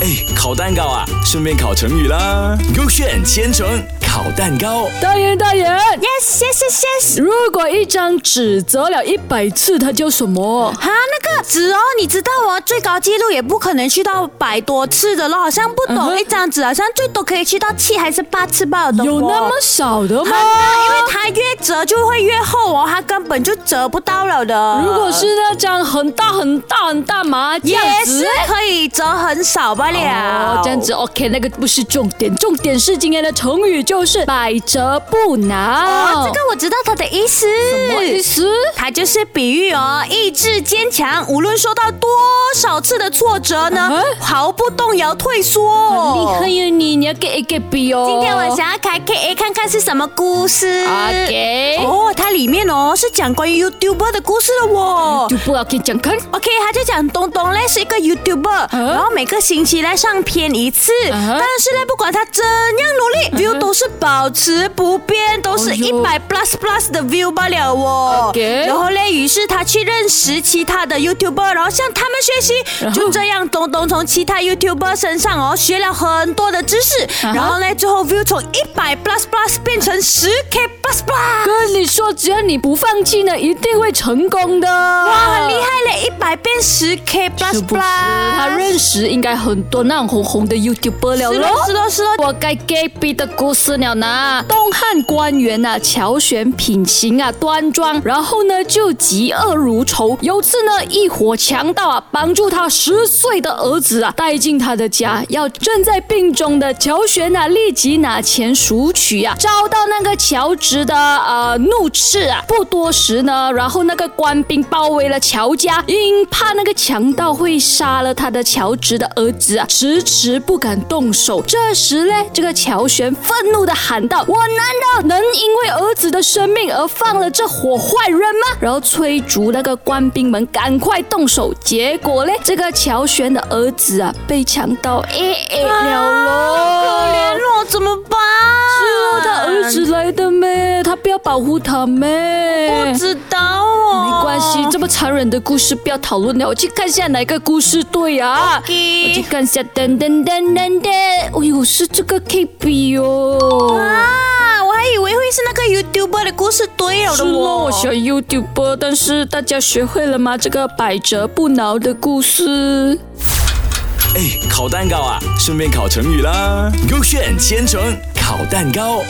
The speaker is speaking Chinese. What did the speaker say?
哎，烤蛋糕啊，顺便烤成语啦。勾选千层烤蛋糕，大人大人， Yes yes yes yes。如果一张纸折了一百次，它叫什么？啊，那个纸哦，你知道哦，最高纪录也不可能去到百多次的咯，好像不懂、嗯哼一张纸，好像最多可以去到七还是八次吧，懂有不那么少的吗？啊，因为它越折就会越厚哦，它根本就折不到了的。如果是那张很大很大很大麻啊也将是纸。可以折很少罢了。哦，这样子 OK，那个不是重点，重点是今天的成语就是百折不哦，挠。这个我知道它的意思。什么意思？它就是比喻哦，意志坚强，无论受到多少次的挫折呢啊，毫不动摇哦退厉缩。害呀你！你要给 A 给 B 哦。今天我想要开 K A 看看是什么故事。 OK 哦，它里面哦是讲关于 YouTuber 的故事的哦。就不要给你讲看。 OK，他就讲东东嘞是一个 YouTuber，、然后每个星期来上片一次啊但是呢，不管他怎样努力、view 都是保持不变，都是哎一呦百 plus plus 的 view 罢了哦。 OK 然后嘞，于是他去认识其他的 YouTuber，然后向他们学习，就这样，东东从其他 YouTuber 身上哦学了很多的知识啊哈然后呢，最后 view 从一百 plus plus 变成十 K plus plus。跟你说，只要你不放弃呢，一定会成功的。哇，哇很厉！害嘞！一百变十 K plus 是 plus，不是？他认识应该很多那种红红的 YouTuber 了是咯。咯是咯是咯，我该给 B 的故事了呢。东汉官员呐、巧选品行啊端庄，然后呢就嫉恶如仇。有次呢，一伙强盗啊绑住他十岁的儿子啊带进他的家，要正在病中的乔玄啊呐、立即拿钱赎取啊，遭到那个乔植的呃怒斥啊。不多时呢，然后那个官兵包围了乔家，因怕那个强盗会杀了他的乔植的儿子啊，迟迟不敢动手。这时呢，这个乔玄愤怒的喊道：“我难道能因为儿子的生命而放了这伙坏人吗？”然后催促那个官兵们赶快动手。结果呢，这个乔玄的儿子啊，被强盗 A A 了啊可咯。怜我怎么办？是他儿子来的咩？他不要保护他咩？不知道哦，哎没关系，这么残忍的故事不要讨论了，我去看一下哪个故事对啊。我去 OK 看一下，噔噔噔噔噔，哎呦，是这个 KB 哦。啊，我还以为会是那个 YouTuber 的故事对了是的咯，哦。我喜欢 YouTube，但是大家学会了吗？这个百折不挠的故事。哎，烤蛋糕啊，顺便烤成语啦。勾选千层烤蛋糕。